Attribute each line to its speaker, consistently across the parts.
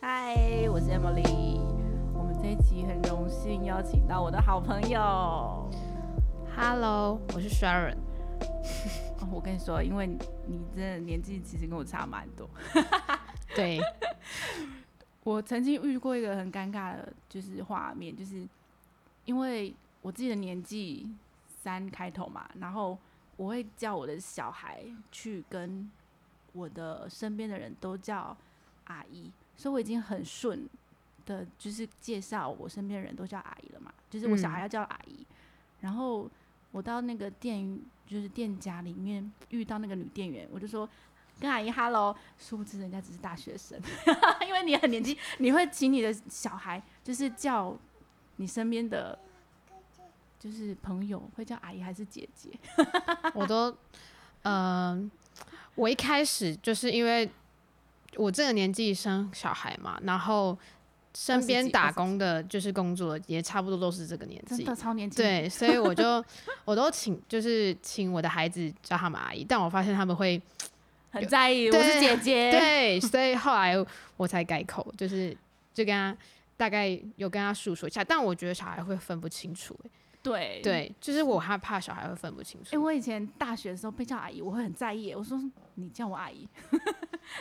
Speaker 1: 嗨，我是 Emily。我们这一集很荣幸邀请到我的好朋友。哦
Speaker 2: Hello，我是 Sharon。
Speaker 1: 我跟你说，因为你你真的年纪其实跟我差蛮多。
Speaker 2: 对，
Speaker 1: 我曾经遇过一个很尴尬的，就是画面，就是因为我自己的年纪三开头嘛，然后我会叫我的小孩去跟我的身边的人都叫阿姨，所以我已经很顺的，就是介绍我身边的人都叫阿姨了嘛，就是我小孩要叫阿姨，然后我到那个店就是店家里面遇到那个女店员，我就说。跟阿姨 hello，殊不知人家只是大学生， 因为你很年轻，你会请你的小孩就是叫你身边的就是朋友会叫阿姨还是姐姐？
Speaker 2: 我都，嗯、我一开始就是因为我这个年纪生小孩嘛，然后身
Speaker 1: 二十
Speaker 2: 边
Speaker 1: 几
Speaker 2: 打工的，就是工作也差不多都是这个年
Speaker 1: 真
Speaker 2: 纪
Speaker 1: 的，超年轻。，
Speaker 2: 对，所以我就我都请就是请我的孩子叫他们阿姨，但我发现他们会
Speaker 1: 很在意。
Speaker 2: 对
Speaker 1: 我是姐姐。，
Speaker 2: 对，所以后来我才改口，就是就跟他大概有跟他诉说一下，但我觉得小孩会分不清楚、欸
Speaker 1: 对。
Speaker 2: 对，就是我害怕小孩会分不清楚。
Speaker 1: 哎、我以前大学的时候被叫阿姨，我会很在意耶。我说你叫我阿姨，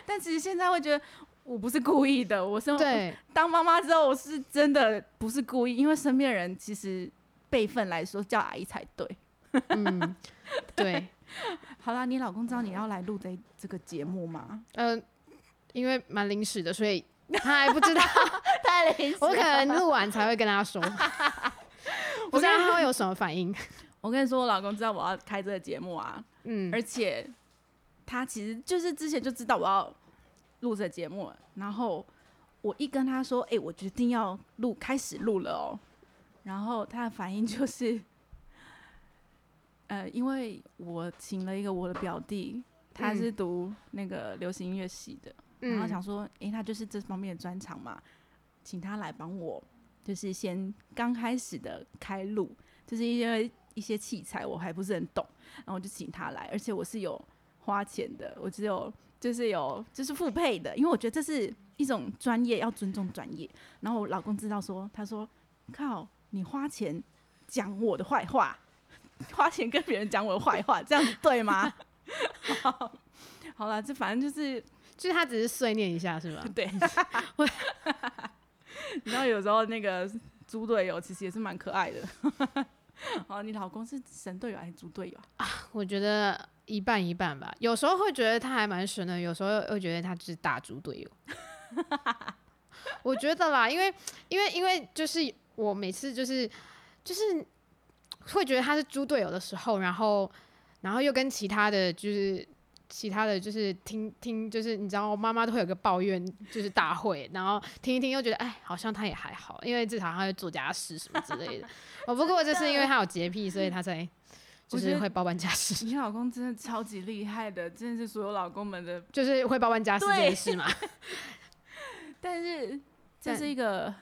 Speaker 1: 但其实现在会觉得我不是故意的。我生
Speaker 2: 对
Speaker 1: 当妈妈之后，我是真的不是故意，因为身边的人其实辈分来说叫阿姨才对。
Speaker 2: 嗯，对，
Speaker 1: 好啦，你老公知道你要来录这这个节目吗？
Speaker 2: 呃，因为蛮临时的，所以他还不知 道，
Speaker 1: 太临时
Speaker 2: 我可能录完才会跟 他说。不知道他会有什么反应。
Speaker 1: 我跟你说，我老公知道我要开这个节目啊，
Speaker 2: 嗯，
Speaker 1: 而且他其实就是之前就知道我要录这节目了，然后我一跟他说：“哎、我决定要录，开始录了哦。”然后他的反应就是，呃，因为我请了一个我的表弟，他是读那个流行音乐系的，
Speaker 2: 嗯
Speaker 1: 然后想说：“哎、他就是这方面的专长嘛，请他来帮我，就是先刚开始的开录，就是因为一些器材我还不是很懂。”然后我就请他来，而且我是有花钱的，我只有就是有就是付费的，因为我觉得这是一种专业，要尊重专业。然后我老公知道说，他说靠，你花钱讲我的坏话， 花钱跟别人讲我的坏话，这样子对吗？ 好好了，这反正就是
Speaker 2: 就是他只是碎念一下，是吧？
Speaker 1: 对，你知道有时候那个猪队友其实也是蛮可爱的。 哦，你老公是神队友还是猪队友啊？
Speaker 2: 我觉得一半一半吧。有时候会觉得他还蛮神的，有时候又觉得他就是大猪队 友。我觉得啦，因为因为因为就是我每次就是就是会觉得他是猪队友的时候，然后然后又跟其他的就是。其他的就是听听，就是你知道，妈妈都会有个抱怨，就是大会，然后听一听又觉得，哎，好像他也还好，因为至少他会做家事什么之类的。 哦，不过就是因为他有洁癖，所以他才就
Speaker 1: 我觉
Speaker 2: 是
Speaker 1: 得
Speaker 2: 会包办家事。
Speaker 1: 你老公真的超级厉害的，真的是所有老公们的。
Speaker 2: 就是会包办家事这
Speaker 1: 对
Speaker 2: 件事嘛，
Speaker 1: 但是这
Speaker 2: 但
Speaker 1: 是一个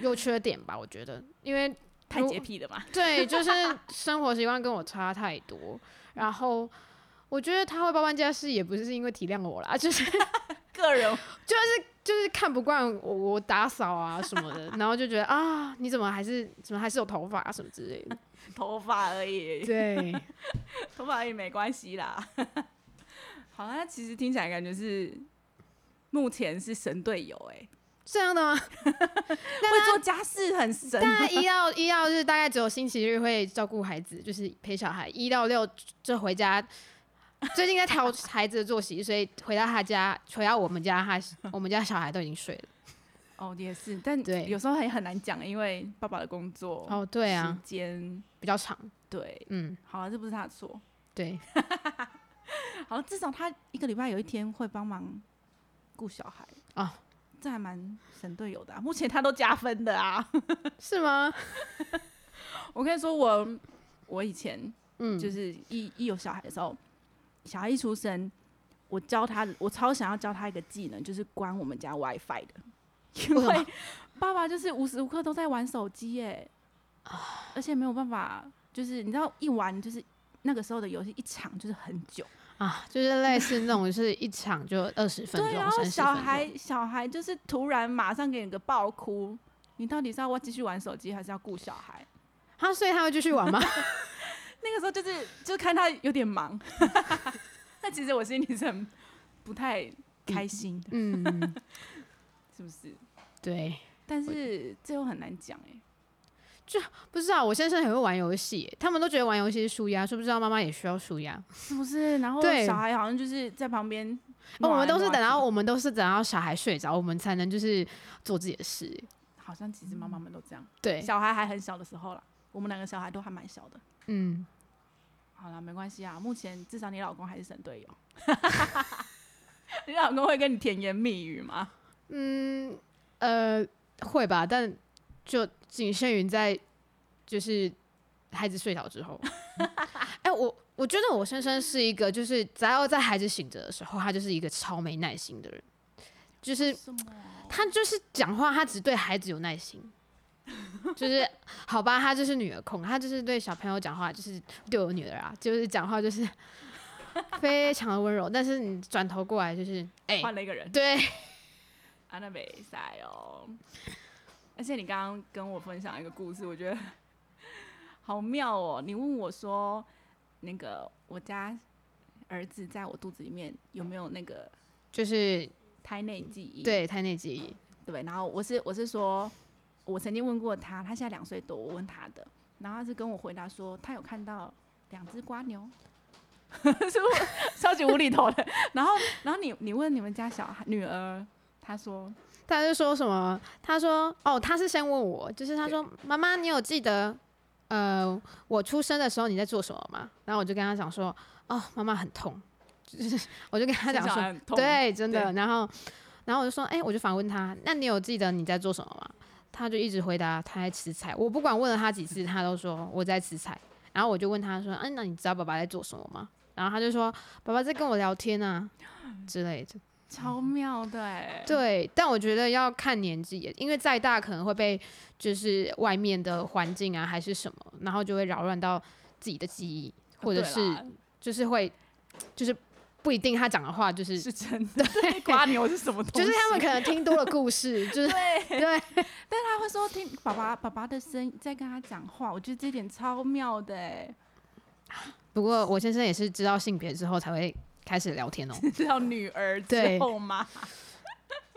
Speaker 2: 有缺点吧，我觉得，因为
Speaker 1: 太
Speaker 2: 如
Speaker 1: 洁癖的嘛。
Speaker 2: 对，就是生活习惯跟我差太多，然后我觉得他会包办家事也不是因为体谅我啦，就是
Speaker 1: 个人
Speaker 2: 就是看不惯我我打扫啊什么的，然后就觉得啊，你怎么还是怎么还是有头发、啊、什么之类
Speaker 1: 哎
Speaker 2: 的，
Speaker 1: 头发而已，
Speaker 2: 对，
Speaker 1: 头发而已没关系啦。 好啦，那其实听起来感觉是目前是神队友哎、
Speaker 2: 这样的吗？
Speaker 1: 会做家事很神。
Speaker 2: 大家一到一到日大概只有星期日会照顾孩子，就是陪小孩。一到六就回家。最近在调孩子的作息，所以回到他家，回到我们家，他我们家小孩都已经睡了。
Speaker 1: 哦，也是，但
Speaker 2: 对
Speaker 1: 有时候还很难讲，因为爸爸的工作、
Speaker 2: 哦，对啊，
Speaker 1: 时间
Speaker 2: 比较长，
Speaker 1: 对。
Speaker 2: 嗯，
Speaker 1: 好啊，这不是他的错。
Speaker 2: 对，
Speaker 1: 好，至少他一个礼拜有一天会帮忙顾小孩
Speaker 2: 哦，
Speaker 1: 这还蛮神队友的、啊。目前他都加分的啊。
Speaker 2: 是吗？
Speaker 1: 我跟你说，我我以前
Speaker 2: 嗯，
Speaker 1: 就是一一有小孩的时候，小孩一出生，我教他，我超想要教他一个技能，就是关我们家 WiFi 的，因
Speaker 2: 为什
Speaker 1: 为
Speaker 2: 么
Speaker 1: 爸爸就是无时无刻都在玩手机耶，
Speaker 2: 啊
Speaker 1: 而且没有办法，就是你知道一玩就是那个时候的游戏一场就是很久，
Speaker 2: 啊，就是类似那种，就是一场就二十分钟，
Speaker 1: 对，然后
Speaker 2: 30
Speaker 1: 小
Speaker 2: 分钟
Speaker 1: 孩小孩就是突然马上给你个爆哭，你到底是要我继续玩手机，还是要顾小孩？
Speaker 2: 他啊所以他会继续玩吗？
Speaker 1: 那个时候就是就看他有点忙， 那其实我心里是很不太开心的，
Speaker 2: 嗯，
Speaker 1: 是不是？
Speaker 2: 对，
Speaker 1: 但是这又很难讲哎、
Speaker 2: 不知道我先生很会玩游戏耶，他们都觉得玩游戏是舒压，殊不知道妈妈也需要舒压。
Speaker 1: 是不是？然后
Speaker 2: 对
Speaker 1: 小孩好像就是在旁边
Speaker 2: 哦，
Speaker 1: 弄
Speaker 2: 我
Speaker 1: 来弄去，
Speaker 2: 们都是等到我们都是等到小孩睡着，我们才能就是做自己的事。
Speaker 1: 好像其实妈妈们都这样，
Speaker 2: 对，
Speaker 1: 小孩还很小的时候啦，我们两个小孩都还蛮小的。
Speaker 2: 嗯，
Speaker 1: 好啦，没关系啊，目前至少你老公还是神队友。 你老公会跟你甜言蜜语吗？
Speaker 2: 呃，会吧，但就仅限于在就是孩子睡着之后。 哎、我我觉得我先生是一个，就是只要在孩子醒着的时候，他就是一个超没耐心的人，就是
Speaker 1: 什么？
Speaker 2: 他就是讲话，他只对孩子有耐心。就是好吧，他就是女儿控，他就是对小朋友讲话，就是对我女儿啊，就是讲话就是非常的温柔，但是你转头过来就是哎、
Speaker 1: 换了一个人，
Speaker 2: 对，
Speaker 1: 安娜美塞哦。而且你刚刚跟我分享一个故事，我觉得好妙哦。你问我说，那个我家儿子在我肚子里面有没有那个
Speaker 2: 就是
Speaker 1: 胎内记忆？
Speaker 2: 对胎内记忆，
Speaker 1: 对，然后我是我是说，我曾经问过他，他现在两岁多，我问他的，然后他是跟我回答说，他有看到两只瓜牛， 是不是超级无厘头的？然后然后你你问你们家小孩女儿，他说
Speaker 2: 他就说什么？他说哦，他是先问我，就是他
Speaker 1: 对
Speaker 2: 说妈妈，你有记得呃我出生的时候你在做什么吗？然后我就跟他讲说哦，妈妈很痛， 就是我就跟他
Speaker 1: 生
Speaker 2: 讲
Speaker 1: 小
Speaker 2: 说
Speaker 1: 孩很痛，
Speaker 2: 对，真
Speaker 1: 对
Speaker 2: 的。然后，然后我就说，哎、我就反问他，那你有记得你在做什么吗？他就一直回答他在吃菜。我不管问了他几次，他都说我在吃菜。然后我就问他说，嗯、那你知道爸爸在做什么吗？然后他就说，爸爸在跟我聊天啊之类的。
Speaker 1: 超妙的哎、
Speaker 2: 对，但我觉得要看年纪，因为再大可能会被就是外面的环境啊还是什么，然后就会扰乱到自己的记忆，或者
Speaker 1: 对
Speaker 2: 是
Speaker 1: 啦
Speaker 2: 就是会就是不一定他讲的话就 是
Speaker 1: 是真的，瓜牛是什么东
Speaker 2: 就
Speaker 1: 西？
Speaker 2: 是他们可能听多了故事，就是
Speaker 1: 对，
Speaker 2: 对，
Speaker 1: 但他会说听爸爸爸爸的声音在跟他讲话，我觉得这点超妙的哎、
Speaker 2: 不过我先生也是知道性别之后才会开始聊 天哦。
Speaker 1: 知道女儿之
Speaker 2: 对
Speaker 1: 后吗？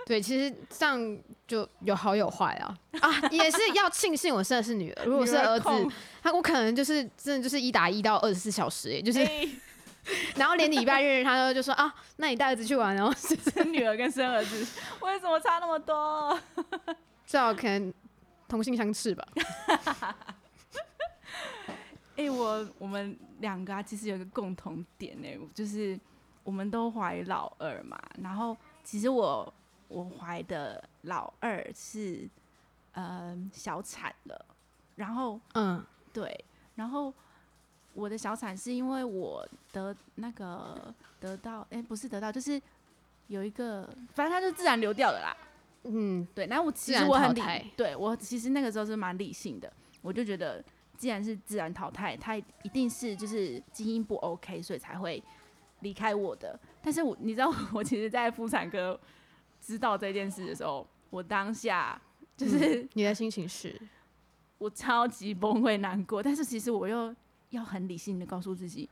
Speaker 2: 对，其实这样就有好有坏啊啊，也是要庆幸我生的是女儿，如果是
Speaker 1: 女
Speaker 2: 儿子
Speaker 1: 控，
Speaker 2: 他我可能就是真的就是一打一到二十四小时、欸，就是、
Speaker 1: 哎
Speaker 2: 然后连礼拜日他就说啊，那你带儿子去玩哦，
Speaker 1: 生女儿跟生儿子，为什么差那么多？
Speaker 2: 最好可能同性相斥吧。
Speaker 1: 哎、我我们两个啊，其实有一个共同点呢、就是我们都怀老二嘛。然后其实我我怀的老二是嗯小产了，然后
Speaker 2: 嗯，
Speaker 1: 对，然后我的小产是因为我得那个得到哎、不是得到，就是有一个，反正它就自然流掉了啦。
Speaker 2: 嗯，
Speaker 1: 对，然后我其实
Speaker 2: 自然
Speaker 1: 我
Speaker 2: 淘
Speaker 1: 很理
Speaker 2: 汰，
Speaker 1: 对我其实那个时候是蛮理性的，我就觉得既然是自然淘汰，它一定是就是基因不 OK，所以才会离开我的。但是我你知道，我其实，在妇产科知道这件事的时候，我当下就是、
Speaker 2: 你的心情是，
Speaker 1: 我超级崩溃难过，但是其实我又要很理性的告诉自己，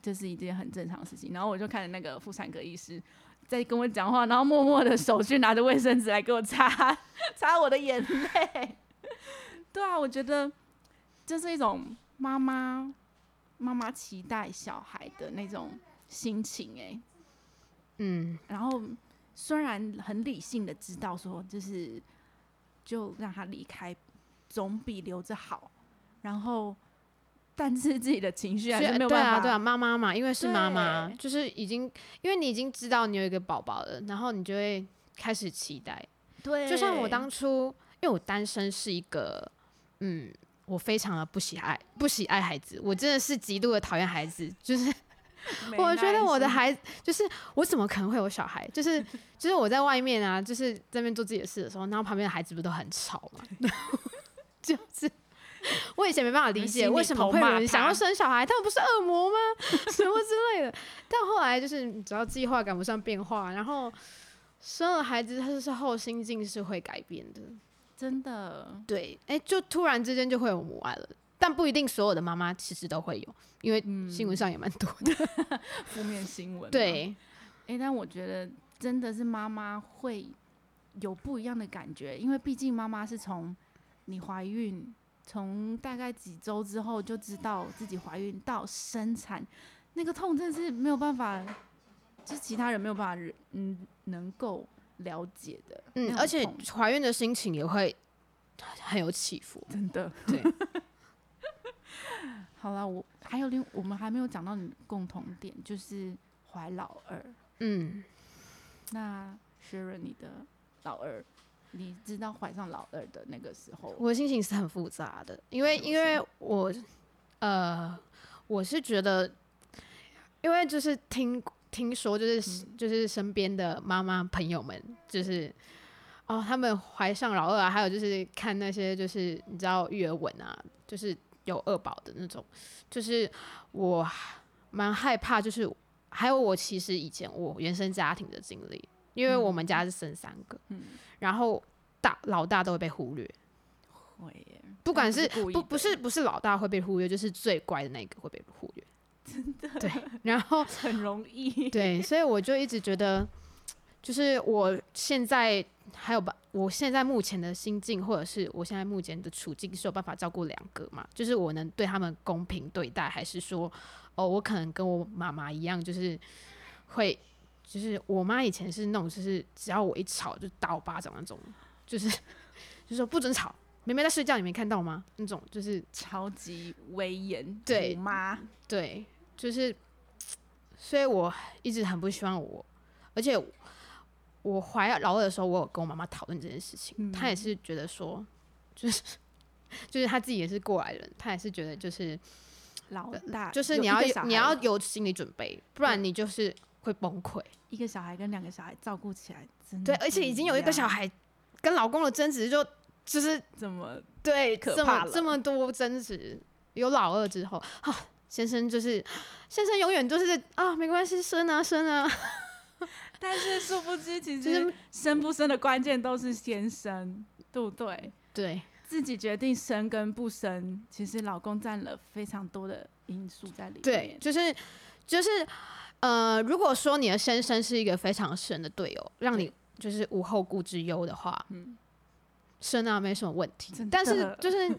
Speaker 1: 这是一件很正常的事情。然后我就看着那个妇产科医师在跟我讲话，然后默默的手去拿着卫生纸来给我擦 擦我的眼泪。对啊，我觉得这是一种妈妈妈妈期待小孩的那种心情哎、
Speaker 2: 嗯，
Speaker 1: 然后虽然很理性的知道说，就是就让他离开，总比留着好。然后，但是自己的情绪还是没有
Speaker 2: 对
Speaker 1: 办
Speaker 2: 啊，
Speaker 1: 法。
Speaker 2: 对啊，妈妈嘛，因为是妈妈
Speaker 1: 对，
Speaker 2: 就是已经，因为你已经知道你有一个宝宝了，然后你就会开始期待。
Speaker 1: 对
Speaker 2: 就像我当初，因为我单身是一个，嗯，我非常的不喜爱，不喜爱孩子，我真的是极度的讨厌孩子，就是我觉得我的孩子，就是我怎么可能会有小孩？就是就是我在外面啊， 就是这边做自己的事的时候，然后旁边的孩子不都很吵嘛，就是我以前没办法理
Speaker 1: 你
Speaker 2: 解
Speaker 1: 心里
Speaker 2: 为什么
Speaker 1: 头
Speaker 2: 会有
Speaker 1: 骂
Speaker 2: 人想要
Speaker 1: 他
Speaker 2: 生小孩，他们不是恶魔吗？ 什么之类的。但后来就是你只要计划赶不上变化，然后生了孩子，他就是后心境是会改变的。
Speaker 1: 真的，
Speaker 2: 对，哎、就突然之间就会有母爱了。但不一定所有的妈妈其实都会有，因为
Speaker 1: 嗯
Speaker 2: 新闻上也蛮多的。
Speaker 1: 负面新闻。，啊
Speaker 2: 对，
Speaker 1: 哎、但我觉得真的是妈妈会有不一样的感觉，因为毕竟妈妈是从你怀孕，从大概几周之后就知道自己怀孕到生产，那个痛真的是没有办法，就是其他人没有办法忍，嗯，能够了解的。那
Speaker 2: 嗯，
Speaker 1: 种
Speaker 2: 而且
Speaker 1: 痛
Speaker 2: 怀孕的心情也会很有起伏。
Speaker 1: 真的，
Speaker 2: 对，
Speaker 1: 好啦，我还有另我们还没有讲到你的共同点，就是怀老二。
Speaker 2: 嗯，
Speaker 1: 那 Sharon，你的老二，你知道怀上老二的那个时候，
Speaker 2: 我的心情是很复杂的，因为
Speaker 1: 怎么
Speaker 2: 因为我呃，我是觉得，因为就是听听说，
Speaker 1: 嗯
Speaker 2: 就是、就是身边的妈妈朋友们，就是哦，他们怀上老二啊，还有就是看那些就是你知道育儿文啊，就是有二宝的那种，就是我蛮害怕，就是还有我其实以前我原生家庭的经历，因为我们家是生三个，
Speaker 1: 嗯
Speaker 2: 然后大老大都会被忽略。
Speaker 1: 会耶，
Speaker 2: 不管是
Speaker 1: 但不是故意
Speaker 2: 不
Speaker 1: 的
Speaker 2: 不 是不是老大会被忽略，就是最乖的那个会被忽略。真的。对，然后
Speaker 1: 很容易。
Speaker 2: 对，所以我就一直觉得，就是我现在还有吧，我现在目前的心境，或者是我现在目前的处境，是有办法照顾两个嘛？就是我能对他们公平对待，还是说，哦，我可能跟我妈妈一样，就是会，就是我妈以前是那种，就是只要我一吵就打我巴掌那种，就是 就是说不准吵，妹妹在睡觉，你没看到吗？那种就是
Speaker 1: 超级威严，
Speaker 2: 对
Speaker 1: 虎妈，
Speaker 2: 对，就是，所以我一直很不希望我，而且我怀老二的时候，我有跟我妈妈讨论这件事情，
Speaker 1: 嗯
Speaker 2: 她也是觉得说，就是就是她自己也是过来人，她也是觉得就是
Speaker 1: 老大，
Speaker 2: 就是
Speaker 1: 啊有一
Speaker 2: 你要
Speaker 1: 个
Speaker 2: 有
Speaker 1: 小
Speaker 2: 你
Speaker 1: 孩
Speaker 2: 要有心理准备，不然你就是会崩溃。
Speaker 1: 一个小孩跟两个小孩照顾起来，真的
Speaker 2: 对，而且已经有一个小
Speaker 1: 孩
Speaker 2: 孩跟老公的争执，就就是
Speaker 1: 怎么
Speaker 2: 对，
Speaker 1: 可
Speaker 2: 这
Speaker 1: 怕
Speaker 2: 么
Speaker 1: 了
Speaker 2: 这么多争执，有老二之后，啊，先生就是先生永远就是啊，没关系，生啊生啊，
Speaker 1: 但是殊不知，其
Speaker 2: 就是
Speaker 1: 实生不生的关键都是先生，对不对？
Speaker 2: 对
Speaker 1: 自己决定生跟不生，其实老公占了非常多的因素在里面。
Speaker 2: 对，，就是就是呃，如果说你的先生是一个非常神的队友，让你就是无后顾之忧的话，
Speaker 1: 嗯
Speaker 2: 生啊没什么问题
Speaker 1: 真。
Speaker 2: 但是
Speaker 1: 的
Speaker 2: 就是因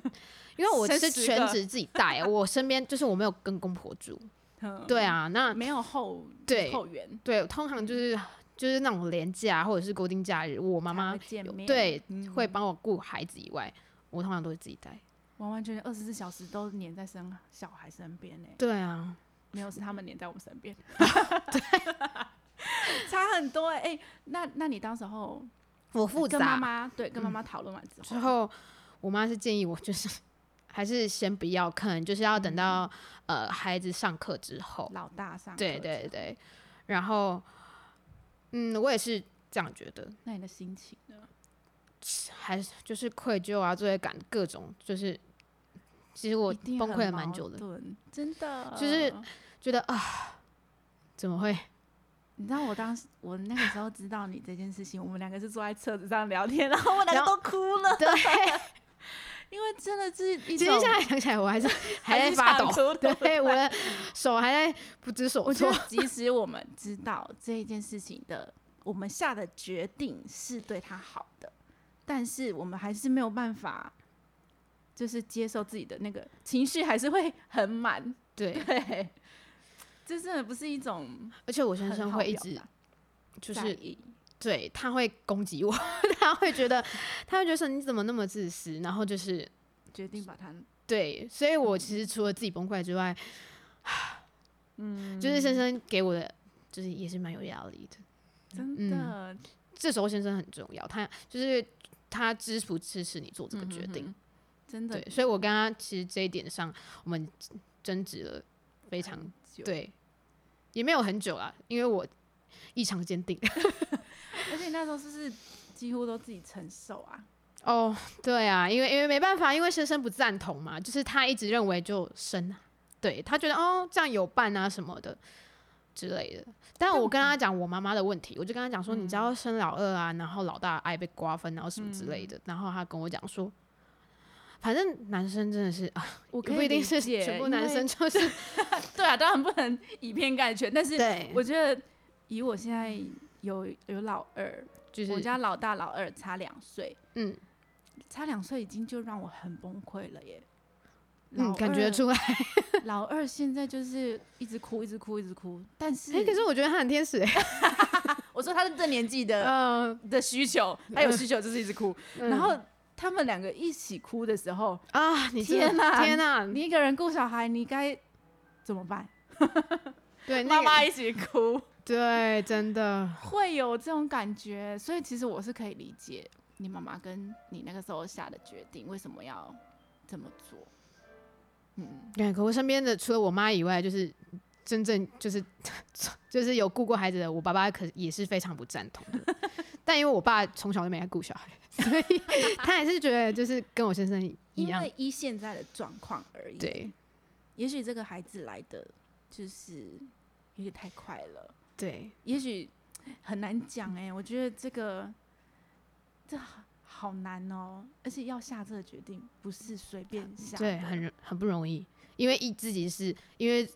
Speaker 2: 为我是
Speaker 1: 生十个
Speaker 2: 全职自己带，我身边就是我没有跟公婆住，
Speaker 1: 嗯
Speaker 2: 对，啊，那
Speaker 1: 没有后
Speaker 2: 对
Speaker 1: 后援，
Speaker 2: 对，通常就是就是那种年假或者是固定假日，我妈妈
Speaker 1: 才会见面
Speaker 2: 对、
Speaker 1: 嗯
Speaker 2: 会帮我顾孩子以外，我通常都是自己带。
Speaker 1: 完完全全二十四小时都黏在生小孩身边呢、欸
Speaker 2: 对啊，
Speaker 1: 没有是他们黏在我们身 边，对， 差很多哎、欸那那你当时候
Speaker 2: 我复杂。嗯
Speaker 1: 跟妈妈对跟妈妈讨论完之
Speaker 2: 之
Speaker 1: 后，
Speaker 2: 后，我妈是建议我就是 还是先不要，可能就是要等到、呃孩子上课之后。
Speaker 1: 老大嗯上
Speaker 2: 对
Speaker 1: 课
Speaker 2: 对
Speaker 1: 之后，
Speaker 2: 对，然后嗯，我也是这样觉得，
Speaker 1: 那你的心情呢？
Speaker 2: 还是就是愧疚啊、罪恶感各种，就是其实我
Speaker 1: 一定
Speaker 2: 崩
Speaker 1: 很
Speaker 2: 溃了蛮
Speaker 1: 矛
Speaker 2: 久的，
Speaker 1: 盾，真的
Speaker 2: 就是觉得啊怎么会？
Speaker 1: 你知道我当时我那个时候知道你这件事情，我们两个是坐在车子上聊天，然后我们两
Speaker 2: 然
Speaker 1: 个
Speaker 2: 后
Speaker 1: 都哭了，
Speaker 2: 对，
Speaker 1: 因为真的是一
Speaker 2: 其
Speaker 1: 种
Speaker 2: 实现在想起来，我还是还
Speaker 1: 还
Speaker 2: 在
Speaker 1: 是
Speaker 2: 发
Speaker 1: 想
Speaker 2: 抖，
Speaker 1: 哭对
Speaker 2: 对，我的手还在不知所
Speaker 1: 我觉
Speaker 2: 措。
Speaker 1: 得，即使我们知道这一件事情的，我们下的决定是对他好的，但是我们还是没有办法，就是接受自己的那个情绪，还是会很满。
Speaker 2: 对，
Speaker 1: 对，这真的不是一种
Speaker 2: 而且我先
Speaker 1: 很
Speaker 2: 生
Speaker 1: 好
Speaker 2: 会一
Speaker 1: 表
Speaker 2: 直
Speaker 1: 达
Speaker 2: 就
Speaker 1: 在
Speaker 2: 是
Speaker 1: 意
Speaker 2: 对，他会攻击我， 他会觉得，他会觉得说你怎么那么自私，然后就是
Speaker 1: 决定把
Speaker 2: 嗯
Speaker 1: 他
Speaker 2: 对，所以我其实除了自己崩溃之外，嗯，就是先生给我的就是也是蛮有压力的。嗯
Speaker 1: 真的、
Speaker 2: 这时候先生很重要，他就是他支不支持你做这个决定，
Speaker 1: 真的
Speaker 2: 嗯对，所以我跟他其实这一点上我们争执了非常
Speaker 1: 久，
Speaker 2: 对，也没有很久啦，因为我异常坚定。
Speaker 1: 而且那时候是不是几乎都自己承受啊？
Speaker 2: 哦，对啊，因为因为没办法，因为先生不赞同嘛，就是他一直认为就生啊，对他觉得哦这样有伴啊什么的之类的。但我跟他讲我妈妈的问题，我就跟他讲说，你知
Speaker 1: 嗯
Speaker 2: 道生老二啊，然后老大爱被瓜分，然后什么之类的。
Speaker 1: 嗯
Speaker 2: 然后他跟我讲说，反正男生真的是啊，
Speaker 1: 我可以
Speaker 2: 不一定
Speaker 1: 理
Speaker 2: 是
Speaker 1: 解
Speaker 2: 全部
Speaker 1: 因
Speaker 2: 男
Speaker 1: 为
Speaker 2: 生就是
Speaker 1: 对啊，当然不能以偏概全，但是
Speaker 2: 对，
Speaker 1: 我觉得以我现在有有老二，
Speaker 2: 就
Speaker 1: 我
Speaker 2: 是
Speaker 1: 家老大老二差两岁，
Speaker 2: 嗯
Speaker 1: 差两岁已经就让我很崩溃了耶。
Speaker 2: 嗯，
Speaker 1: 老
Speaker 2: 感觉
Speaker 1: 二
Speaker 2: 得出来。
Speaker 1: 老二现在就是一直哭，一直哭，一直哭。但是，
Speaker 2: 哎，可是我觉得他很 天使哎，
Speaker 1: 我说他是这年纪的、
Speaker 2: 嗯，
Speaker 1: 的需求，他有需求就是一直哭。
Speaker 2: 嗯
Speaker 1: 然后他们两个一起哭的时候，
Speaker 2: 啊，你真的
Speaker 1: 天哪
Speaker 2: 天哪，
Speaker 1: 你一个人顾小孩，你该怎么办？
Speaker 2: 对那
Speaker 1: 妈
Speaker 2: 个
Speaker 1: 妈一起哭，
Speaker 2: 对，真的，
Speaker 1: 会有这种感觉。所以其实我是可以理解你妈妈跟你那个时候下的决定，为什么要这么做。嗯，
Speaker 2: 对，可我身边的除了我妈以外，就是真正就是 就是有顾过孩子的，我爸爸可也是非常不赞同的。 但因为我爸从小就没在顾小孩， 所以他还是觉得就是跟我先生一
Speaker 1: 因
Speaker 2: 样，
Speaker 1: 为依现在的状况而已。
Speaker 2: 对
Speaker 1: 也许这个孩子来的就是有点太快了，
Speaker 2: 对，
Speaker 1: 也许很难讲哎、我觉得这个这好难哦、而且要下这个决定不是随便下的，
Speaker 2: 对，很容很不容易，因为一自己是因为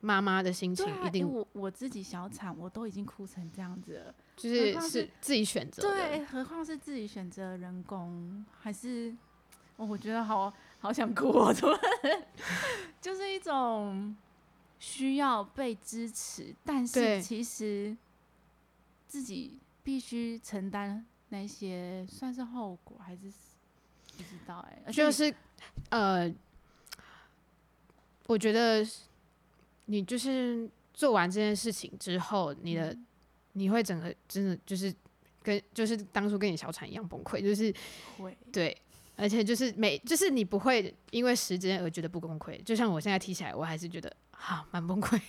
Speaker 2: 妈妈的心情
Speaker 1: 对啊，
Speaker 2: 一
Speaker 1: 因为
Speaker 2: 定
Speaker 1: 我我自己小产我都已经哭成这样子了，
Speaker 2: 就
Speaker 1: 何
Speaker 2: 是
Speaker 1: 况
Speaker 2: 是
Speaker 1: 是
Speaker 2: 自己选择的，
Speaker 1: 对，何况是自己选择人工，还是、哦我觉得好好想哭、哦，怎么就是一种需要被支持，但
Speaker 2: 对
Speaker 1: 是其实自己必须承担那些算是后果还是不知道哎、而且
Speaker 2: 就
Speaker 1: 你
Speaker 2: 是呃，我觉得你就是做完这件事情之后，你的、你会整个真的就是跟就是当初跟你小产一样崩溃，就是
Speaker 1: 会
Speaker 2: 对，而且就是每就是你不会因为时间而觉得不崩溃，就像我现在提起来，我还是觉得啊蛮崩溃。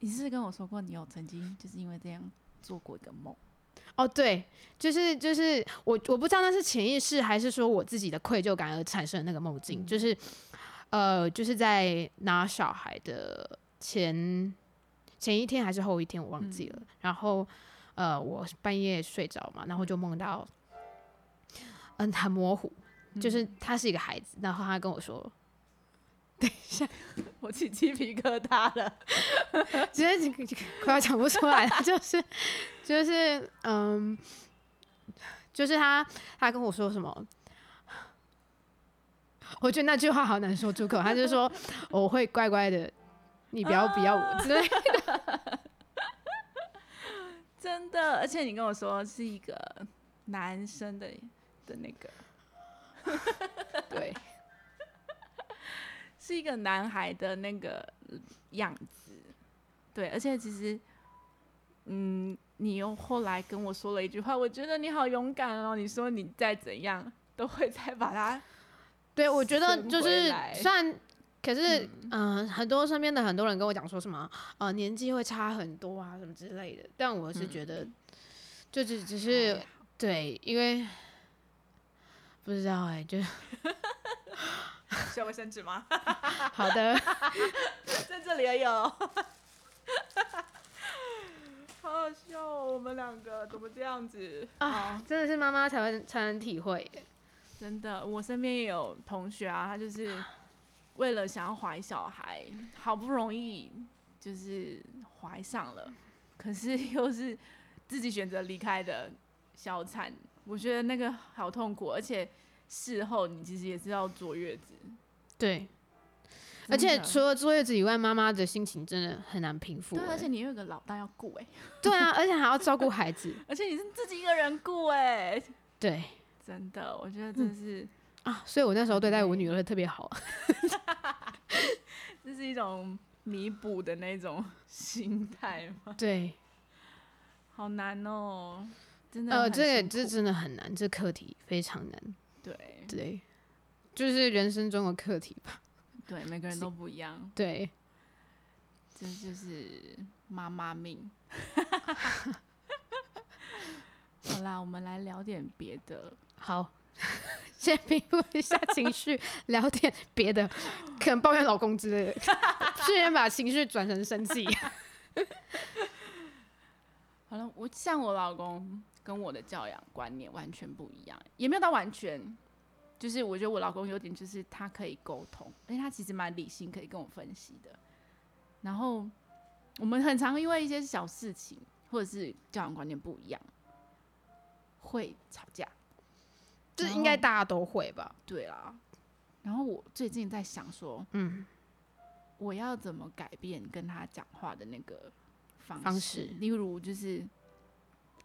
Speaker 1: 你是不是跟我说过，你有曾经就是因为这样做过一个梦，
Speaker 2: 哦，对，就是就是我我不知道那是潜意识还是说我自己的愧疚感而产生的那个梦境，就是呃，就是在拿小孩的前前一天还是后一天我忘记了，然后呃我半夜睡着嘛，然后就梦到嗯很模糊，就是他是一个孩子，然后他跟我说，
Speaker 1: 我起鸡皮疙瘩了。
Speaker 2: 直接快要讲不出来了，就是 就是嗯，就是他他跟我说什么，我觉得那句话好难说出口，他就 说我会乖乖的，你不要不要我之 类的，
Speaker 1: 真的，而且你跟我说是一个男生的的那个，
Speaker 2: 对
Speaker 1: 是一个男孩的那个样子，对，而且其实，嗯，你又后来跟我说了一句话，我觉得你好勇敢哦，你说你再怎样都会再把它，
Speaker 2: 对，我觉得
Speaker 1: 顺
Speaker 2: 就
Speaker 1: 回
Speaker 2: 是
Speaker 1: 来
Speaker 2: 虽然。可是，嗯、很多身边的很多人跟我讲说什么，呃，年纪会差很多啊，什么之类的。但我是觉得，就只只是对，因为不知道哎、就
Speaker 1: 需要卫生纸吗？
Speaker 2: 好的，
Speaker 1: 在这里也有， 好好笑哦，我们两个怎么这样子
Speaker 2: 啊
Speaker 1: 好
Speaker 2: 真的是妈妈才会才能体会耶。
Speaker 1: 真的，我身边也有同学啊，他 就是为了想要怀小孩，好不容易就是怀上了，可是 又是自己选择离开的小产，我觉得那个好痛苦，而且事后你其实也是要坐月子，
Speaker 2: 对，
Speaker 1: 真
Speaker 2: 而且
Speaker 1: 的
Speaker 2: 除了坐月子以外，妈妈的心情真的很难平复
Speaker 1: 对
Speaker 2: 耶。，
Speaker 1: 而且你又有个老大要顾哎、
Speaker 2: 对啊，而且还要照顾孩子。
Speaker 1: 而且你是自己一个人顾哎、
Speaker 2: 对
Speaker 1: 真的，我觉得真是、
Speaker 2: 啊，所以我那时候对待我女儿特别好。
Speaker 1: 这是一种弥补的那种 心态嘛，
Speaker 2: 对，
Speaker 1: 好难哦。真的
Speaker 2: 呃，
Speaker 1: 很
Speaker 2: 这
Speaker 1: 辛
Speaker 2: 个这
Speaker 1: 苦
Speaker 2: 真的很难，这课题非常难。
Speaker 1: 对
Speaker 2: 对，就是人生中的课题吧。
Speaker 1: 对，每个人都不一样，
Speaker 2: 对，
Speaker 1: 这就是妈妈命。好啦，我们来聊点别的。
Speaker 2: 好， 先平复一下情绪，聊点别的，可能抱怨老公之类 的，瞬间把情绪转成生 气。
Speaker 1: 好了，我像我老公跟我的教养观念完全不一样，也没有到完全，就是我觉得我老公有点就是他可以沟通，而且他其实蛮理性，可以跟我分析的。然后我们很常因为一些小事情或者是教养观念不一样，会吵架。
Speaker 2: 就是应该大家都会吧？
Speaker 1: 对啦，然后我最近在想说，
Speaker 2: 嗯，
Speaker 1: 我要怎么改变跟他讲话的那个方式？
Speaker 2: 方式
Speaker 1: 例如，就是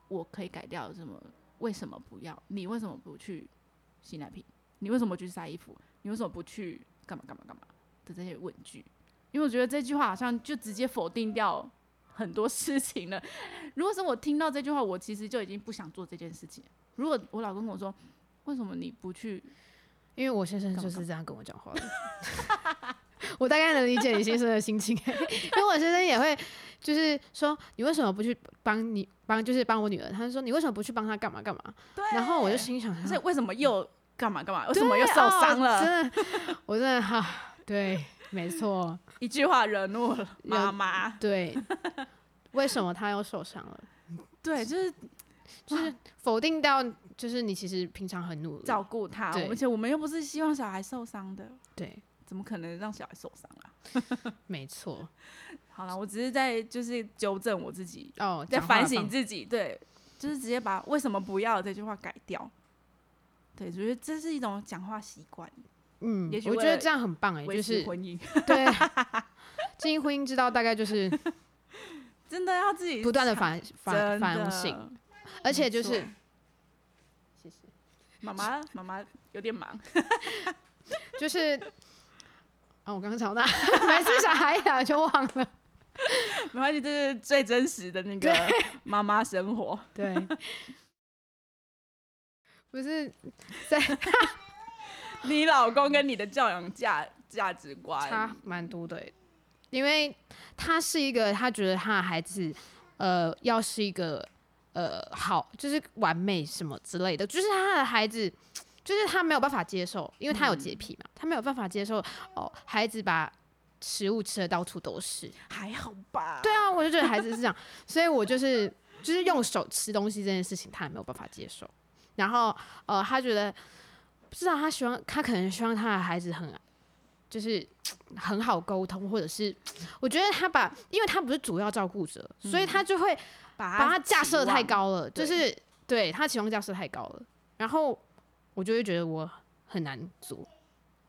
Speaker 1: 我可以改掉什么？为什么不要？你为什么不去洗奶瓶？你为什么不去晒衣服？你为什么不去干嘛干嘛干嘛的这些问句？因为我觉得这句话好像就直接否定掉很多事情了。如果是我听到这句话，我其实就已经不想做这件事情了。如果我老公跟我说，为什么你不去
Speaker 2: 因为我先生
Speaker 1: 干嘛
Speaker 2: 就是这样跟我讲话的。我大概能理解你先生的心情，欸因为我先生也会就是说，你为什么不去帮你帮就是帮我女儿？他就说你为什么不去帮她干嘛干嘛？然后我就心想，
Speaker 1: 所以为什么又干嘛干嘛？为什
Speaker 2: 对
Speaker 1: 么又受伤
Speaker 2: 哦
Speaker 1: 了？
Speaker 2: 真的，我真的哈、对，没错，
Speaker 1: 一句话惹怒了
Speaker 2: 有
Speaker 1: 妈妈。
Speaker 2: 对。为什么她又受伤了？
Speaker 1: 对，就是
Speaker 2: 就是否定到，就是你其实平常很努力，
Speaker 1: 照顾他，
Speaker 2: 对
Speaker 1: 而且我们又不是希望小孩受伤的，
Speaker 2: 对，
Speaker 1: 怎么可能让小孩受伤啊？
Speaker 2: 没错。
Speaker 1: 好了，我只是在就是纠正我自己，
Speaker 2: 哦，
Speaker 1: 在
Speaker 2: 讲话
Speaker 1: 反
Speaker 2: 的
Speaker 1: 省
Speaker 2: 方
Speaker 1: 自己，对，就是直接把为什么不要这句话改掉。对，觉得这是一种讲话习惯，
Speaker 2: 嗯，
Speaker 1: 也许
Speaker 2: 我觉
Speaker 1: 为
Speaker 2: 得
Speaker 1: 了
Speaker 2: 这样很棒哎、
Speaker 1: 维
Speaker 2: 就
Speaker 1: 持
Speaker 2: 是
Speaker 1: 婚姻
Speaker 2: 对，经营婚姻之道大概就是
Speaker 1: 真的要自己
Speaker 2: 不断的
Speaker 1: 想
Speaker 2: 反反
Speaker 1: 真的
Speaker 2: 反省，而且就是
Speaker 1: 没妈妈妈妈有点忙，
Speaker 2: 就是，啊，我刚刚吵 到每次小孩一打就忘了，
Speaker 1: 没关系，这是最真实的那个妈妈生活。
Speaker 2: 对，不是在
Speaker 1: 你老公跟你的教养价价值观
Speaker 2: 差蛮多的欸，因为他是一个他觉得他的孩子，呃，要是一个呃好，就是完美什么之类的，就是他的孩子，就是他没有办法接受，因为他有洁癖嘛，他没有办法接受哦，孩子把食物吃的到处都是。
Speaker 1: 还好吧？
Speaker 2: 对啊，我就觉得孩子是这样，所以我就是就是用手吃东西这件事情，他也没有办法接受。然后呃，他觉得不知道他希望他可能希望他的孩子很就是很好沟通，或者是我觉得他把，因为他不是主要照顾者，所以他就会
Speaker 1: 嗯把
Speaker 2: 把他架设太
Speaker 1: 期望，
Speaker 2: 高了，
Speaker 1: 对
Speaker 2: 就是对他期望架设太高了，然后我就会觉得我很难做。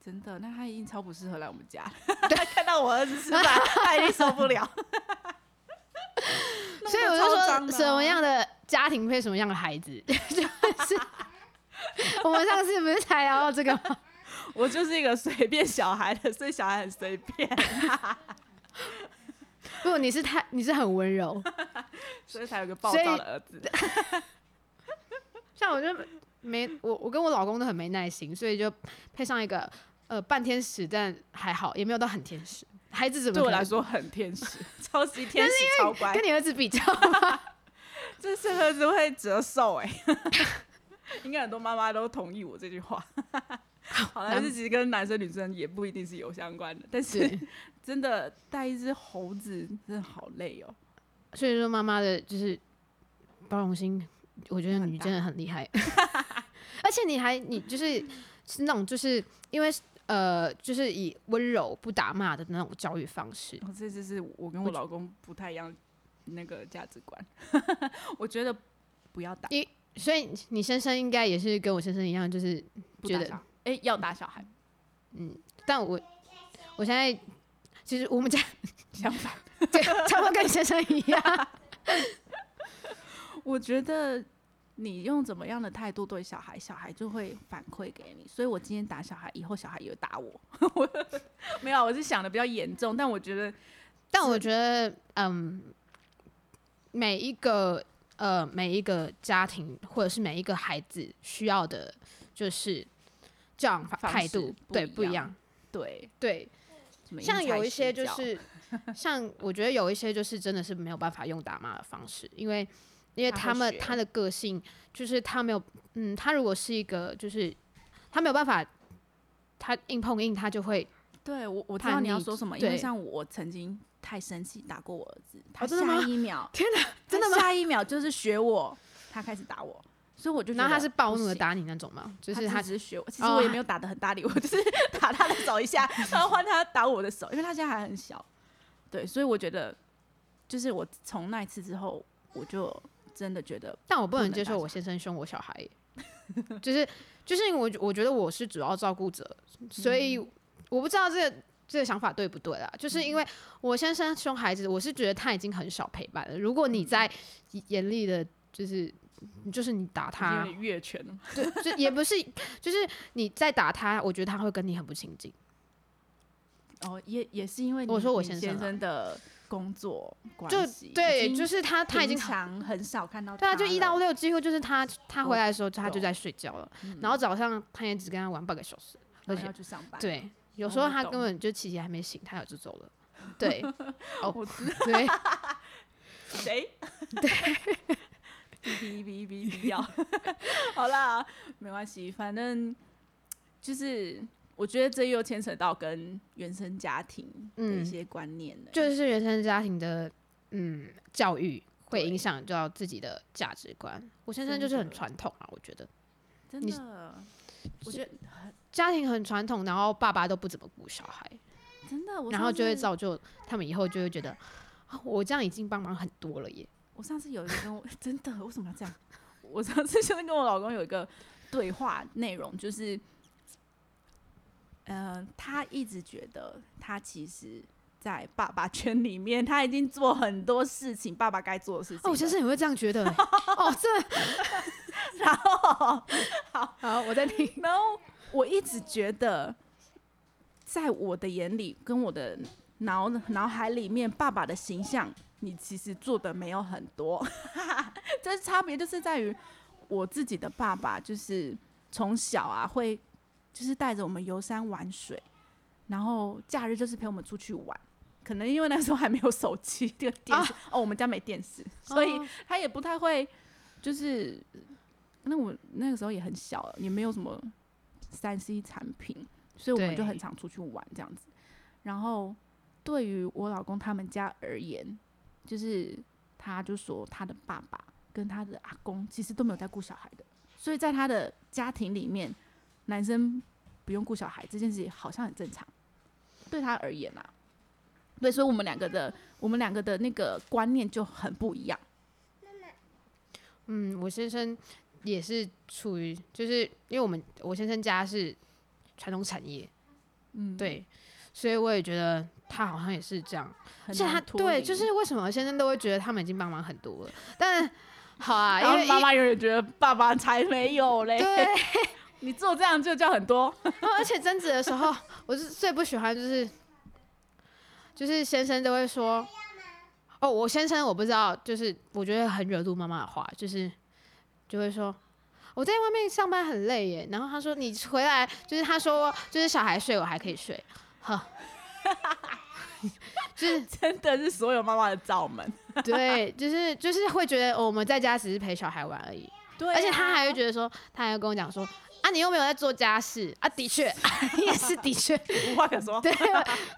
Speaker 1: 真的，那他一定超不适合来我们家。 他看到我儿子吃饭， 他一定受不了。
Speaker 2: 所以我就说，什
Speaker 1: 哦
Speaker 2: 么样的家庭配什么样的孩子， 就是 我们上次不是才聊到这个吗？
Speaker 1: 我就是一个随便小孩的，所以小孩很随便，
Speaker 2: 不，你是太你是很温柔，
Speaker 1: 所以才有个暴躁的儿子。
Speaker 2: 像我就没我我跟我老公都很没耐心，所以就配上一个呃半天使，但还好也没有到很天使。孩子怎么
Speaker 1: 对我
Speaker 2: 可能
Speaker 1: 来说很天 使，超级天使，超乖
Speaker 2: 跟。你儿子比较？
Speaker 1: 这是儿子会折寿 哎、应该很多妈妈都同意我这句话。 好了，
Speaker 2: 男
Speaker 1: 这其实跟男生女生也不一定是有相关的，但是
Speaker 2: 对，
Speaker 1: 真的带一只猴子真的好累哦。
Speaker 2: 所以说妈妈的就是包容心，我觉得
Speaker 1: 很
Speaker 2: 你
Speaker 1: 大
Speaker 2: 真的很厉害，而且你还你就是是那种就是因为呃就是以温柔不打骂的那种教育方式，
Speaker 1: 哦这就是我跟
Speaker 2: 我
Speaker 1: 我
Speaker 2: 觉
Speaker 1: 老公不太一样那个价值观。 我觉得不要打，
Speaker 2: 所以你先生应该也是跟我先生一样，就是
Speaker 1: 不
Speaker 2: 觉
Speaker 1: 打
Speaker 2: 得
Speaker 1: 小孩，哎、要打小孩，
Speaker 2: 但我我现在其实我们家
Speaker 1: 相反，
Speaker 2: 对差不多跟你先生一样，
Speaker 1: 我觉得你用怎么样的态度对小孩，小孩就会反馈给你。所以我今天打小孩，以后小孩也会打我。 我没有，啊我是想的比较严重，但我觉得
Speaker 2: 但我觉得嗯每一个。呃，每一个家庭或者是每一个孩子需要的，就是教养法
Speaker 1: 方
Speaker 2: 态
Speaker 1: 式
Speaker 2: 度，
Speaker 1: 不
Speaker 2: 对，
Speaker 1: 一
Speaker 2: 不一
Speaker 1: 样
Speaker 2: 样，
Speaker 1: 对，
Speaker 2: 对，
Speaker 1: 什么
Speaker 2: 像
Speaker 1: 因材
Speaker 2: 有一
Speaker 1: 施
Speaker 2: 些就
Speaker 1: 教
Speaker 2: 是，像我觉得有一些就是真的是没有办法用打骂的方式，因为因为
Speaker 1: 他会
Speaker 2: 他们
Speaker 1: 学
Speaker 2: 他的个性就是他没有，嗯，他如果是一个就是他没有办法，他硬碰硬，他就会
Speaker 1: 对我我知
Speaker 2: 叛
Speaker 1: 道你要
Speaker 2: 逆
Speaker 1: 说什么，因为
Speaker 2: 对哦
Speaker 1: 像我曾经太生气打过我儿子，他
Speaker 2: 真的吗
Speaker 1: 下一秒、
Speaker 2: 天哪，
Speaker 1: 他
Speaker 2: 真的吗？
Speaker 1: 下一秒就是学我，他开始打我，所以我就觉
Speaker 2: 然
Speaker 1: 得
Speaker 2: 后他是暴怒
Speaker 1: 不
Speaker 2: 的
Speaker 1: 行，
Speaker 2: 打你那种吗？就
Speaker 1: 就是
Speaker 2: 他
Speaker 1: 只是学我，其实
Speaker 2: 哦
Speaker 1: 我也
Speaker 2: 他
Speaker 1: 没有打的很大力，我就是 打他的手一下，然后换他打我的手，因为他现在还很小，对，所以我觉得就是我从那一次之后，我就真的觉得
Speaker 2: 但我
Speaker 1: 不
Speaker 2: 不能
Speaker 1: 能
Speaker 2: 接
Speaker 1: 打
Speaker 2: 受
Speaker 1: 小
Speaker 2: 我先生凶我小孩耶， 就是就是因为我觉我觉得我是主要照顾者，所以
Speaker 1: 嗯
Speaker 2: 我不知道这个这个想法对不对啦。就是因为我先生凶孩子，我是觉得他已经很少陪伴了。如果你在严厉的，就是就是你打
Speaker 1: 嗯已经有
Speaker 2: 他，
Speaker 1: 点越权了，
Speaker 2: 对，就也不是，就是你在打他，我觉得他会跟你很不亲近。
Speaker 1: 哦，也也是因为
Speaker 2: 我
Speaker 1: 你
Speaker 2: 说我
Speaker 1: 你
Speaker 2: 先
Speaker 1: 先
Speaker 2: 生啊
Speaker 1: 的工作关
Speaker 2: 就
Speaker 1: 系，
Speaker 2: 对，就是他他已经
Speaker 1: 平常很少看到
Speaker 2: 对啊，
Speaker 1: 他
Speaker 2: 就一
Speaker 1: 了
Speaker 2: 到六几乎就是他他
Speaker 1: 我
Speaker 2: 回来的时候，他就
Speaker 1: 懂嗯
Speaker 2: 在睡觉了，然后早上他也只跟他玩半个小时，而
Speaker 1: 然
Speaker 2: 且
Speaker 1: 后要去上班，
Speaker 2: 对，有
Speaker 1: 哦
Speaker 2: 时候
Speaker 1: 我
Speaker 2: 他根
Speaker 1: 懂
Speaker 2: 本就琪琪还没醒，他就走了。 对哦
Speaker 1: 我知道
Speaker 2: 对，
Speaker 1: 谁？对， 哔哔哔哔哔要。 好啦，没关系，反正就是我觉得这又牵扯到跟原生家庭的一
Speaker 2: 嗯
Speaker 1: 些观念了。
Speaker 2: 就是原生家庭的嗯教育会影
Speaker 1: 对
Speaker 2: 响到自己的价值观。我先生就是
Speaker 1: 真
Speaker 2: 很
Speaker 1: 的
Speaker 2: 传统啊，我觉得
Speaker 1: 真
Speaker 2: 你
Speaker 1: 的，我觉得
Speaker 2: 家庭很传统，然后爸爸都不怎么顾小孩，
Speaker 1: 真的，我
Speaker 2: 然后
Speaker 1: 上
Speaker 2: 就会
Speaker 1: 次
Speaker 2: 造就他们以后就会觉得啊，我这样已经帮忙很多了耶。
Speaker 1: 我上次有一个跟我 真的为什么要这样？我上次就是跟我老公有一个对话内容，就是，呃，他一直觉得他其实，在爸爸圈里面，他已经做很多事情，爸爸该做的事情了。
Speaker 2: 哦，我先生也会这样觉得欸 哦，这
Speaker 1: 然后，
Speaker 2: 好，我在听。
Speaker 1: 然后我一直觉得，在我的眼里跟我的脑脑海里面，爸爸的形象，你其实做的没有很多， 这差别就是在于我自己的爸爸，就是从小啊会就是带着我们游山玩水，然后假日就是陪我们出去玩。可能因为那时候还没有手机这个电视、哦，我们家没电视， 所以
Speaker 2: 哦
Speaker 1: 他也不太会，就是那我那个时候也很小，也没有什么三 C 产品，所以我们就
Speaker 2: 对
Speaker 1: 很常出去玩这样子。然后对于我老公他们家而言，就是他就说他的爸爸跟他的阿公其实都没有在顾小孩的，所以在他的家庭里面，男生不用顾小孩这件事情好像很正常，对他而言啊。对，所以我们两个的我们两个的那个观念就很不一样。
Speaker 2: 嗯，我先生也是处于，就是因为我们我先生家是传统产业，
Speaker 1: 嗯，
Speaker 2: 对，所以我也觉得他好像也是这样。而
Speaker 1: 很
Speaker 2: 且
Speaker 1: 难
Speaker 2: 他
Speaker 1: 脱
Speaker 2: 对，
Speaker 1: 离
Speaker 2: 就是为什么先生都会觉得他们已经帮忙很多了，但 好啊，
Speaker 1: 然
Speaker 2: 因
Speaker 1: 后
Speaker 2: 为
Speaker 1: 妈妈永远觉得爸爸才没有嘞，
Speaker 2: 对，
Speaker 1: 你做这样就叫很多，
Speaker 2: 然后而且争执的时候，我是最不喜欢就是，就是先生都会说，哦，我先生我不知道，就是我觉得很惹怒妈妈的话，就是就会说。我在外面上班很累耶，然后他说你回来，就是他说就是小孩睡我还可以睡，呵，就是
Speaker 1: 真的是所有妈妈的罩门。
Speaker 2: 对，就是就是会觉得、哦我们在家只是陪小孩玩而已，
Speaker 1: 对啊
Speaker 2: 而且他还会觉得说，他还会跟我讲说啊你又没有在做家事啊，的确， 也是的确，
Speaker 1: 无话可说。
Speaker 2: 对，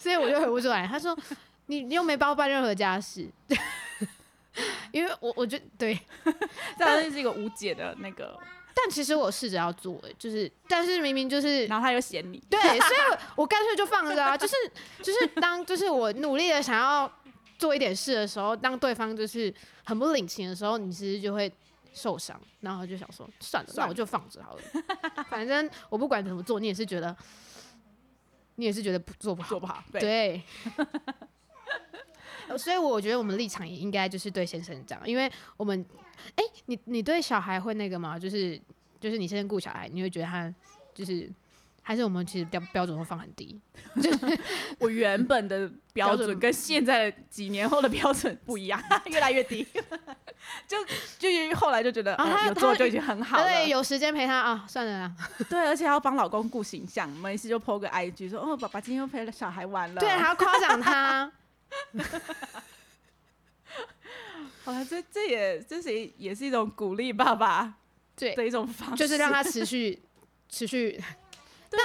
Speaker 2: 所以我就回不出来。他说：“你你又没帮我办任何家事。” 因为我我就对，
Speaker 1: 这好像是一个无解的那个，
Speaker 2: 但其实我试着要做、欸就是但是明明就是
Speaker 1: 然后他又嫌你，
Speaker 2: 对，所以我我干脆就放着啊，就是就是当就是我努力的想要做一点事的时候，当对方就是很不领情的时候，你其实就会受伤，然后就想说算了，
Speaker 1: 算
Speaker 2: 那
Speaker 1: 了
Speaker 2: 我就放着好了， 反正我不管怎么做，你也是觉得你也是觉得不做不好
Speaker 1: 做，不好。对，
Speaker 2: 对。呃 所以我觉得我们立场也应该就是对先生这样，因为我们，哎、你你对小孩会那个吗？就是就是你先生顾小孩，你会觉得他就是还是我们其实标标准会放很低，
Speaker 1: 我原本的标
Speaker 2: 标准
Speaker 1: 准跟现在的几年后的标准不一样，越来越低。 就就后来就觉得，
Speaker 2: 啊
Speaker 1: 哦
Speaker 2: 他
Speaker 1: 有做
Speaker 2: 他
Speaker 1: 就已经很好了。
Speaker 2: 对，有时间陪他啊，算了啦，
Speaker 1: 对，而且还要帮老公顾形象，每次就 PO 个 IG 说，哦，爸爸今天又陪了小孩玩了。
Speaker 2: 对，还要夸奖他，
Speaker 1: 好了，这这也这是一也是一种鼓励爸爸
Speaker 2: 对，
Speaker 1: 的一种方式，
Speaker 2: 就是让他持续持续但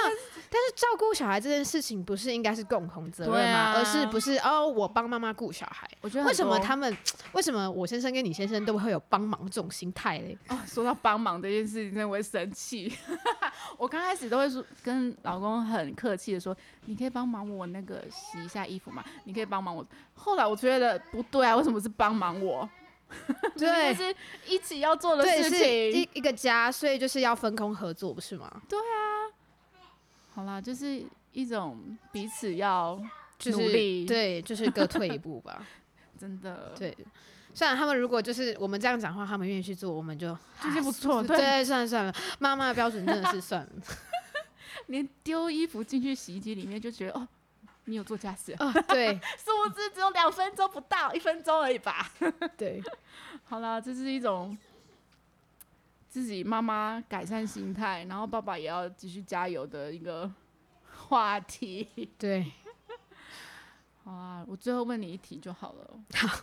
Speaker 2: 是照顾小孩这件事情不是应该是共同责
Speaker 1: 对
Speaker 2: 任吗？
Speaker 1: 啊
Speaker 2: 而是不是哦，我帮妈妈顾小孩？
Speaker 1: 我觉得
Speaker 2: 为什么
Speaker 1: 很多
Speaker 2: 他们？为什么我先生跟你先生都会有帮忙这种心 态嘞？
Speaker 1: 哦，说到帮忙这件事情，真的会生气。 我刚开始都会说跟老公很客气的说，你可以帮忙我那个洗一下衣服吗？你可以帮忙我。后来我觉得不对啊，为什么是帮忙我？明明
Speaker 2: 对
Speaker 1: 就是一起要做的
Speaker 2: 对，
Speaker 1: 事
Speaker 2: 是
Speaker 1: 情
Speaker 2: 一。一个家，所以就是要分工合作，不是吗？
Speaker 1: 好啦，就是一种彼此要
Speaker 2: 就是
Speaker 1: 努力
Speaker 2: 对，就是各退一步 吧。
Speaker 1: 真的，
Speaker 2: 对，虽然他们如果就是我们这样讲话，他们愿意去做，我 们就啊
Speaker 1: 这些不错。
Speaker 2: 对
Speaker 1: 对，
Speaker 2: 算了算了，妈妈的标准真的是算了
Speaker 1: 连丢衣服进去洗衣机里面就觉得哦，你有做家事，
Speaker 2: 啊、对
Speaker 1: 殊不知只有两分钟不到，一分钟而已吧。
Speaker 2: 对，
Speaker 1: 好啦，这是一种自己妈妈改善心态，然后爸爸也要继续加油的一个话题。
Speaker 2: 对，
Speaker 1: 好啊，我最后问你一题就好了。 好，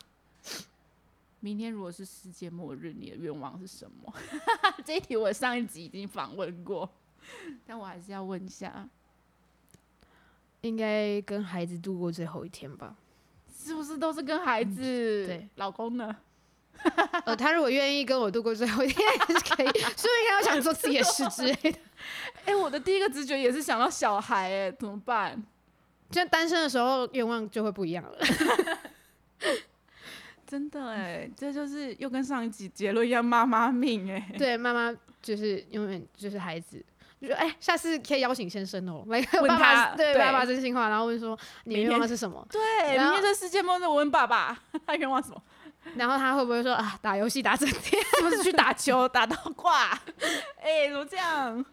Speaker 1: 明天如果是世界末日，你的愿望是什么？ 这一题我上一集已经访问过，但我还是要问一下，
Speaker 2: 应该跟孩子度过最后一 天吧。
Speaker 1: 是不是都是跟孩子？
Speaker 2: 对，
Speaker 1: 老公呢？
Speaker 2: 呃，他如果愿意跟我度过最后一天，也是 可以。说明他想做自己的事之类的。
Speaker 1: 哎、我的第一个直觉也是想到小孩、哎，怎么办？
Speaker 2: 就单身的时候，愿望就会不一样了。
Speaker 1: 真的哎、这就是又跟上一集结论一样，妈妈命哎、
Speaker 2: 对，妈妈就是永远就是孩子。就说哎、下次可以邀请先 生哦，来
Speaker 1: 问
Speaker 2: 爸爸
Speaker 1: 他
Speaker 2: 对
Speaker 1: 对
Speaker 2: 爸爸真心话，然后问说你的
Speaker 1: 明天
Speaker 2: 愿望是什么？
Speaker 1: 对，
Speaker 2: 然
Speaker 1: 明
Speaker 2: 后
Speaker 1: 天这世界末日，我问爸爸，他愿望什么？
Speaker 2: 然后他会不会说啊，打游戏打整天？
Speaker 1: 是不是去打球打到挂？哎、怎么这样？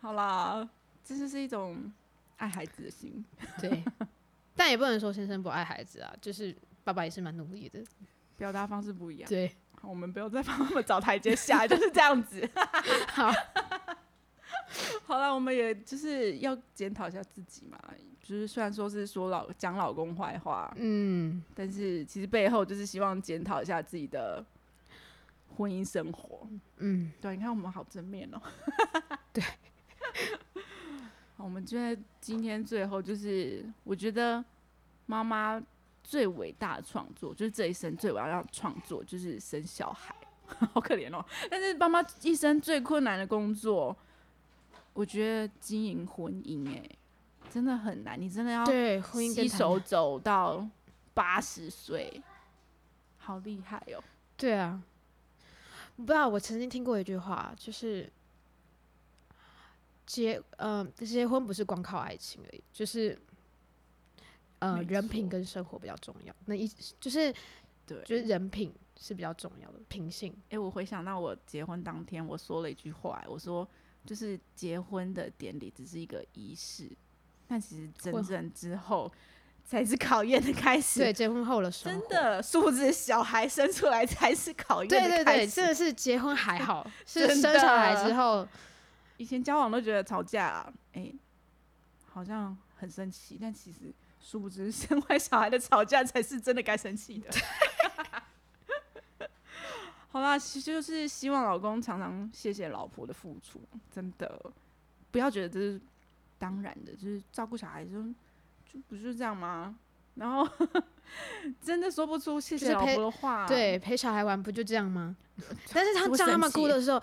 Speaker 1: 好啦，这就是一种爱孩子的心。
Speaker 2: 对，但也不能说先生不爱孩子啊，就是爸爸也是蛮努力的。
Speaker 1: 表达方式不一样，
Speaker 2: 对，
Speaker 1: 我们不要再帮他们找台阶下， 就是这样子。
Speaker 2: 好，
Speaker 1: 好了，我们也就是要检讨一下自己嘛，就是虽然说是说老讲老公坏话，
Speaker 2: 嗯，
Speaker 1: 但是其实背后就是希望检讨一下自己的婚姻生活。
Speaker 2: 嗯，
Speaker 1: 对，你看我们好正面哦、 对， 好我们就在今天最后，就是我觉得妈妈最伟大的创作，就是这一生最伟大的创作，就是生小孩， 好可怜哦、但是妈妈一生最困难的工作，我觉得经营婚姻、欸，真的很难，你真的要
Speaker 2: 对，婚姻跟
Speaker 1: 携
Speaker 2: 谈
Speaker 1: 手
Speaker 2: 恋爱
Speaker 1: 走到八十岁，好厉害哦、
Speaker 2: 对啊，不知道我曾经听过一句话，就是结嗯、结婚不是光靠爱情而已，就是呃
Speaker 1: 没
Speaker 2: 人品
Speaker 1: 错
Speaker 2: 跟生活比较重要。那一就是
Speaker 1: 对
Speaker 2: 就是人品是比较重要的，品性。
Speaker 1: 哎、我回想到我结婚当天，我说了一句话、我说就是结婚的典礼只是一个仪式，但其实真
Speaker 2: 婚
Speaker 1: 正之后才是考验的开始。
Speaker 2: 对，，结婚后的生
Speaker 1: 真
Speaker 2: 活。
Speaker 1: 的，殊不知小孩生出来才是考验
Speaker 2: 对对
Speaker 1: 的开
Speaker 2: 对，
Speaker 1: 始。
Speaker 2: 真的是结婚还 好，是
Speaker 1: 真
Speaker 2: 生小孩
Speaker 1: 的
Speaker 2: 之后，
Speaker 1: 以前交往都觉得吵架、哎、好像很生气，但其实殊不知生完小孩的吵架才是真的该生气的。好啦，其实就是希望老公常常谢谢老婆的付出，真的不要觉得这是当然的，就是照顾小孩就就不是这样吗？然后 真的说不出谢
Speaker 2: 就
Speaker 1: 谢
Speaker 2: 是
Speaker 1: 老
Speaker 2: 陪
Speaker 1: 婆的话，
Speaker 2: 对，陪小孩玩不就这样 吗？但是他
Speaker 1: 会
Speaker 2: 叫他
Speaker 1: 生
Speaker 2: 们
Speaker 1: 气
Speaker 2: 顾的时候，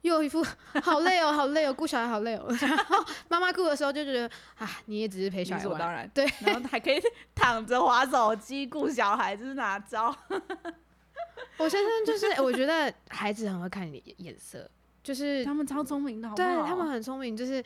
Speaker 2: 又有 一副好累哦，好累哦，顾小孩好累哦。 然后妈妈顾的时候就觉得啊，你也只是
Speaker 1: 理
Speaker 2: 陪小孩
Speaker 1: 所当
Speaker 2: 玩。
Speaker 1: 然，
Speaker 2: 对，
Speaker 1: 然后还可以躺着划手机顾小孩，这是哪招？
Speaker 2: 我先生就是，我觉得孩子很会看你眼色，就是
Speaker 1: 他们超聪明的，好不
Speaker 2: 对
Speaker 1: 好？啊
Speaker 2: 他们很聪明，就是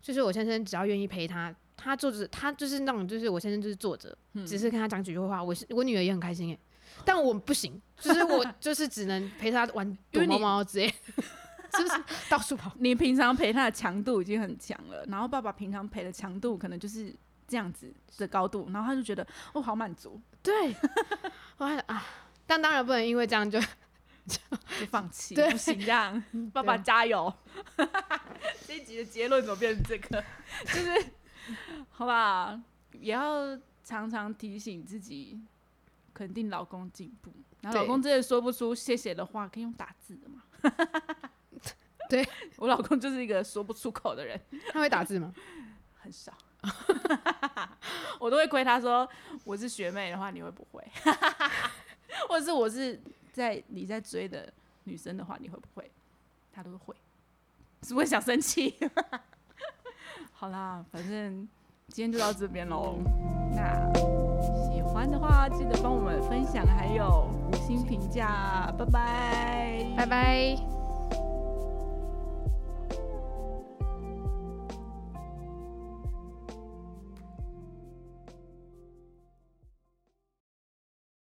Speaker 2: 就是我先生只要愿意陪他，他坐着，他就是那种就是我先生就是坐着，
Speaker 1: 嗯
Speaker 2: 只是跟他讲几句话，我是我女儿也很开心哎，但我不行，就是 我就是只能陪他玩
Speaker 1: 因
Speaker 2: 躲
Speaker 1: 为
Speaker 2: 猫
Speaker 1: 你
Speaker 2: 猫之类的， 是不是到处跑？
Speaker 1: 你平常陪他的强度已经很强了，然后爸爸平常陪的强度可能就是这样子的高度，然后他就觉得哦，好满足，
Speaker 2: 对， 我还啊，但当然不能因为这样就
Speaker 1: 就放弃，
Speaker 2: 对
Speaker 1: 不行这样， 爸爸
Speaker 2: 对
Speaker 1: 加油。 这一集的结论怎么变成这个？ 就是好吧，也要常常提醒自己，肯定老公进步。然后老
Speaker 2: 对
Speaker 1: 公真的说不出谢谢的话，可以用打字的嘛？
Speaker 2: 对
Speaker 1: 我老公就是一个说不出口的人，
Speaker 2: 他会打字吗？
Speaker 1: 很少。 我都会亏他说我是学妹的话，你会不会？ 或者是我是在你在追的女生的话，你会不会？他都会，是不是想生气？ 好啦，反正今天就到这边喽。那喜欢的话，记得帮我们分享，还有五星评价，拜拜，
Speaker 2: 拜拜。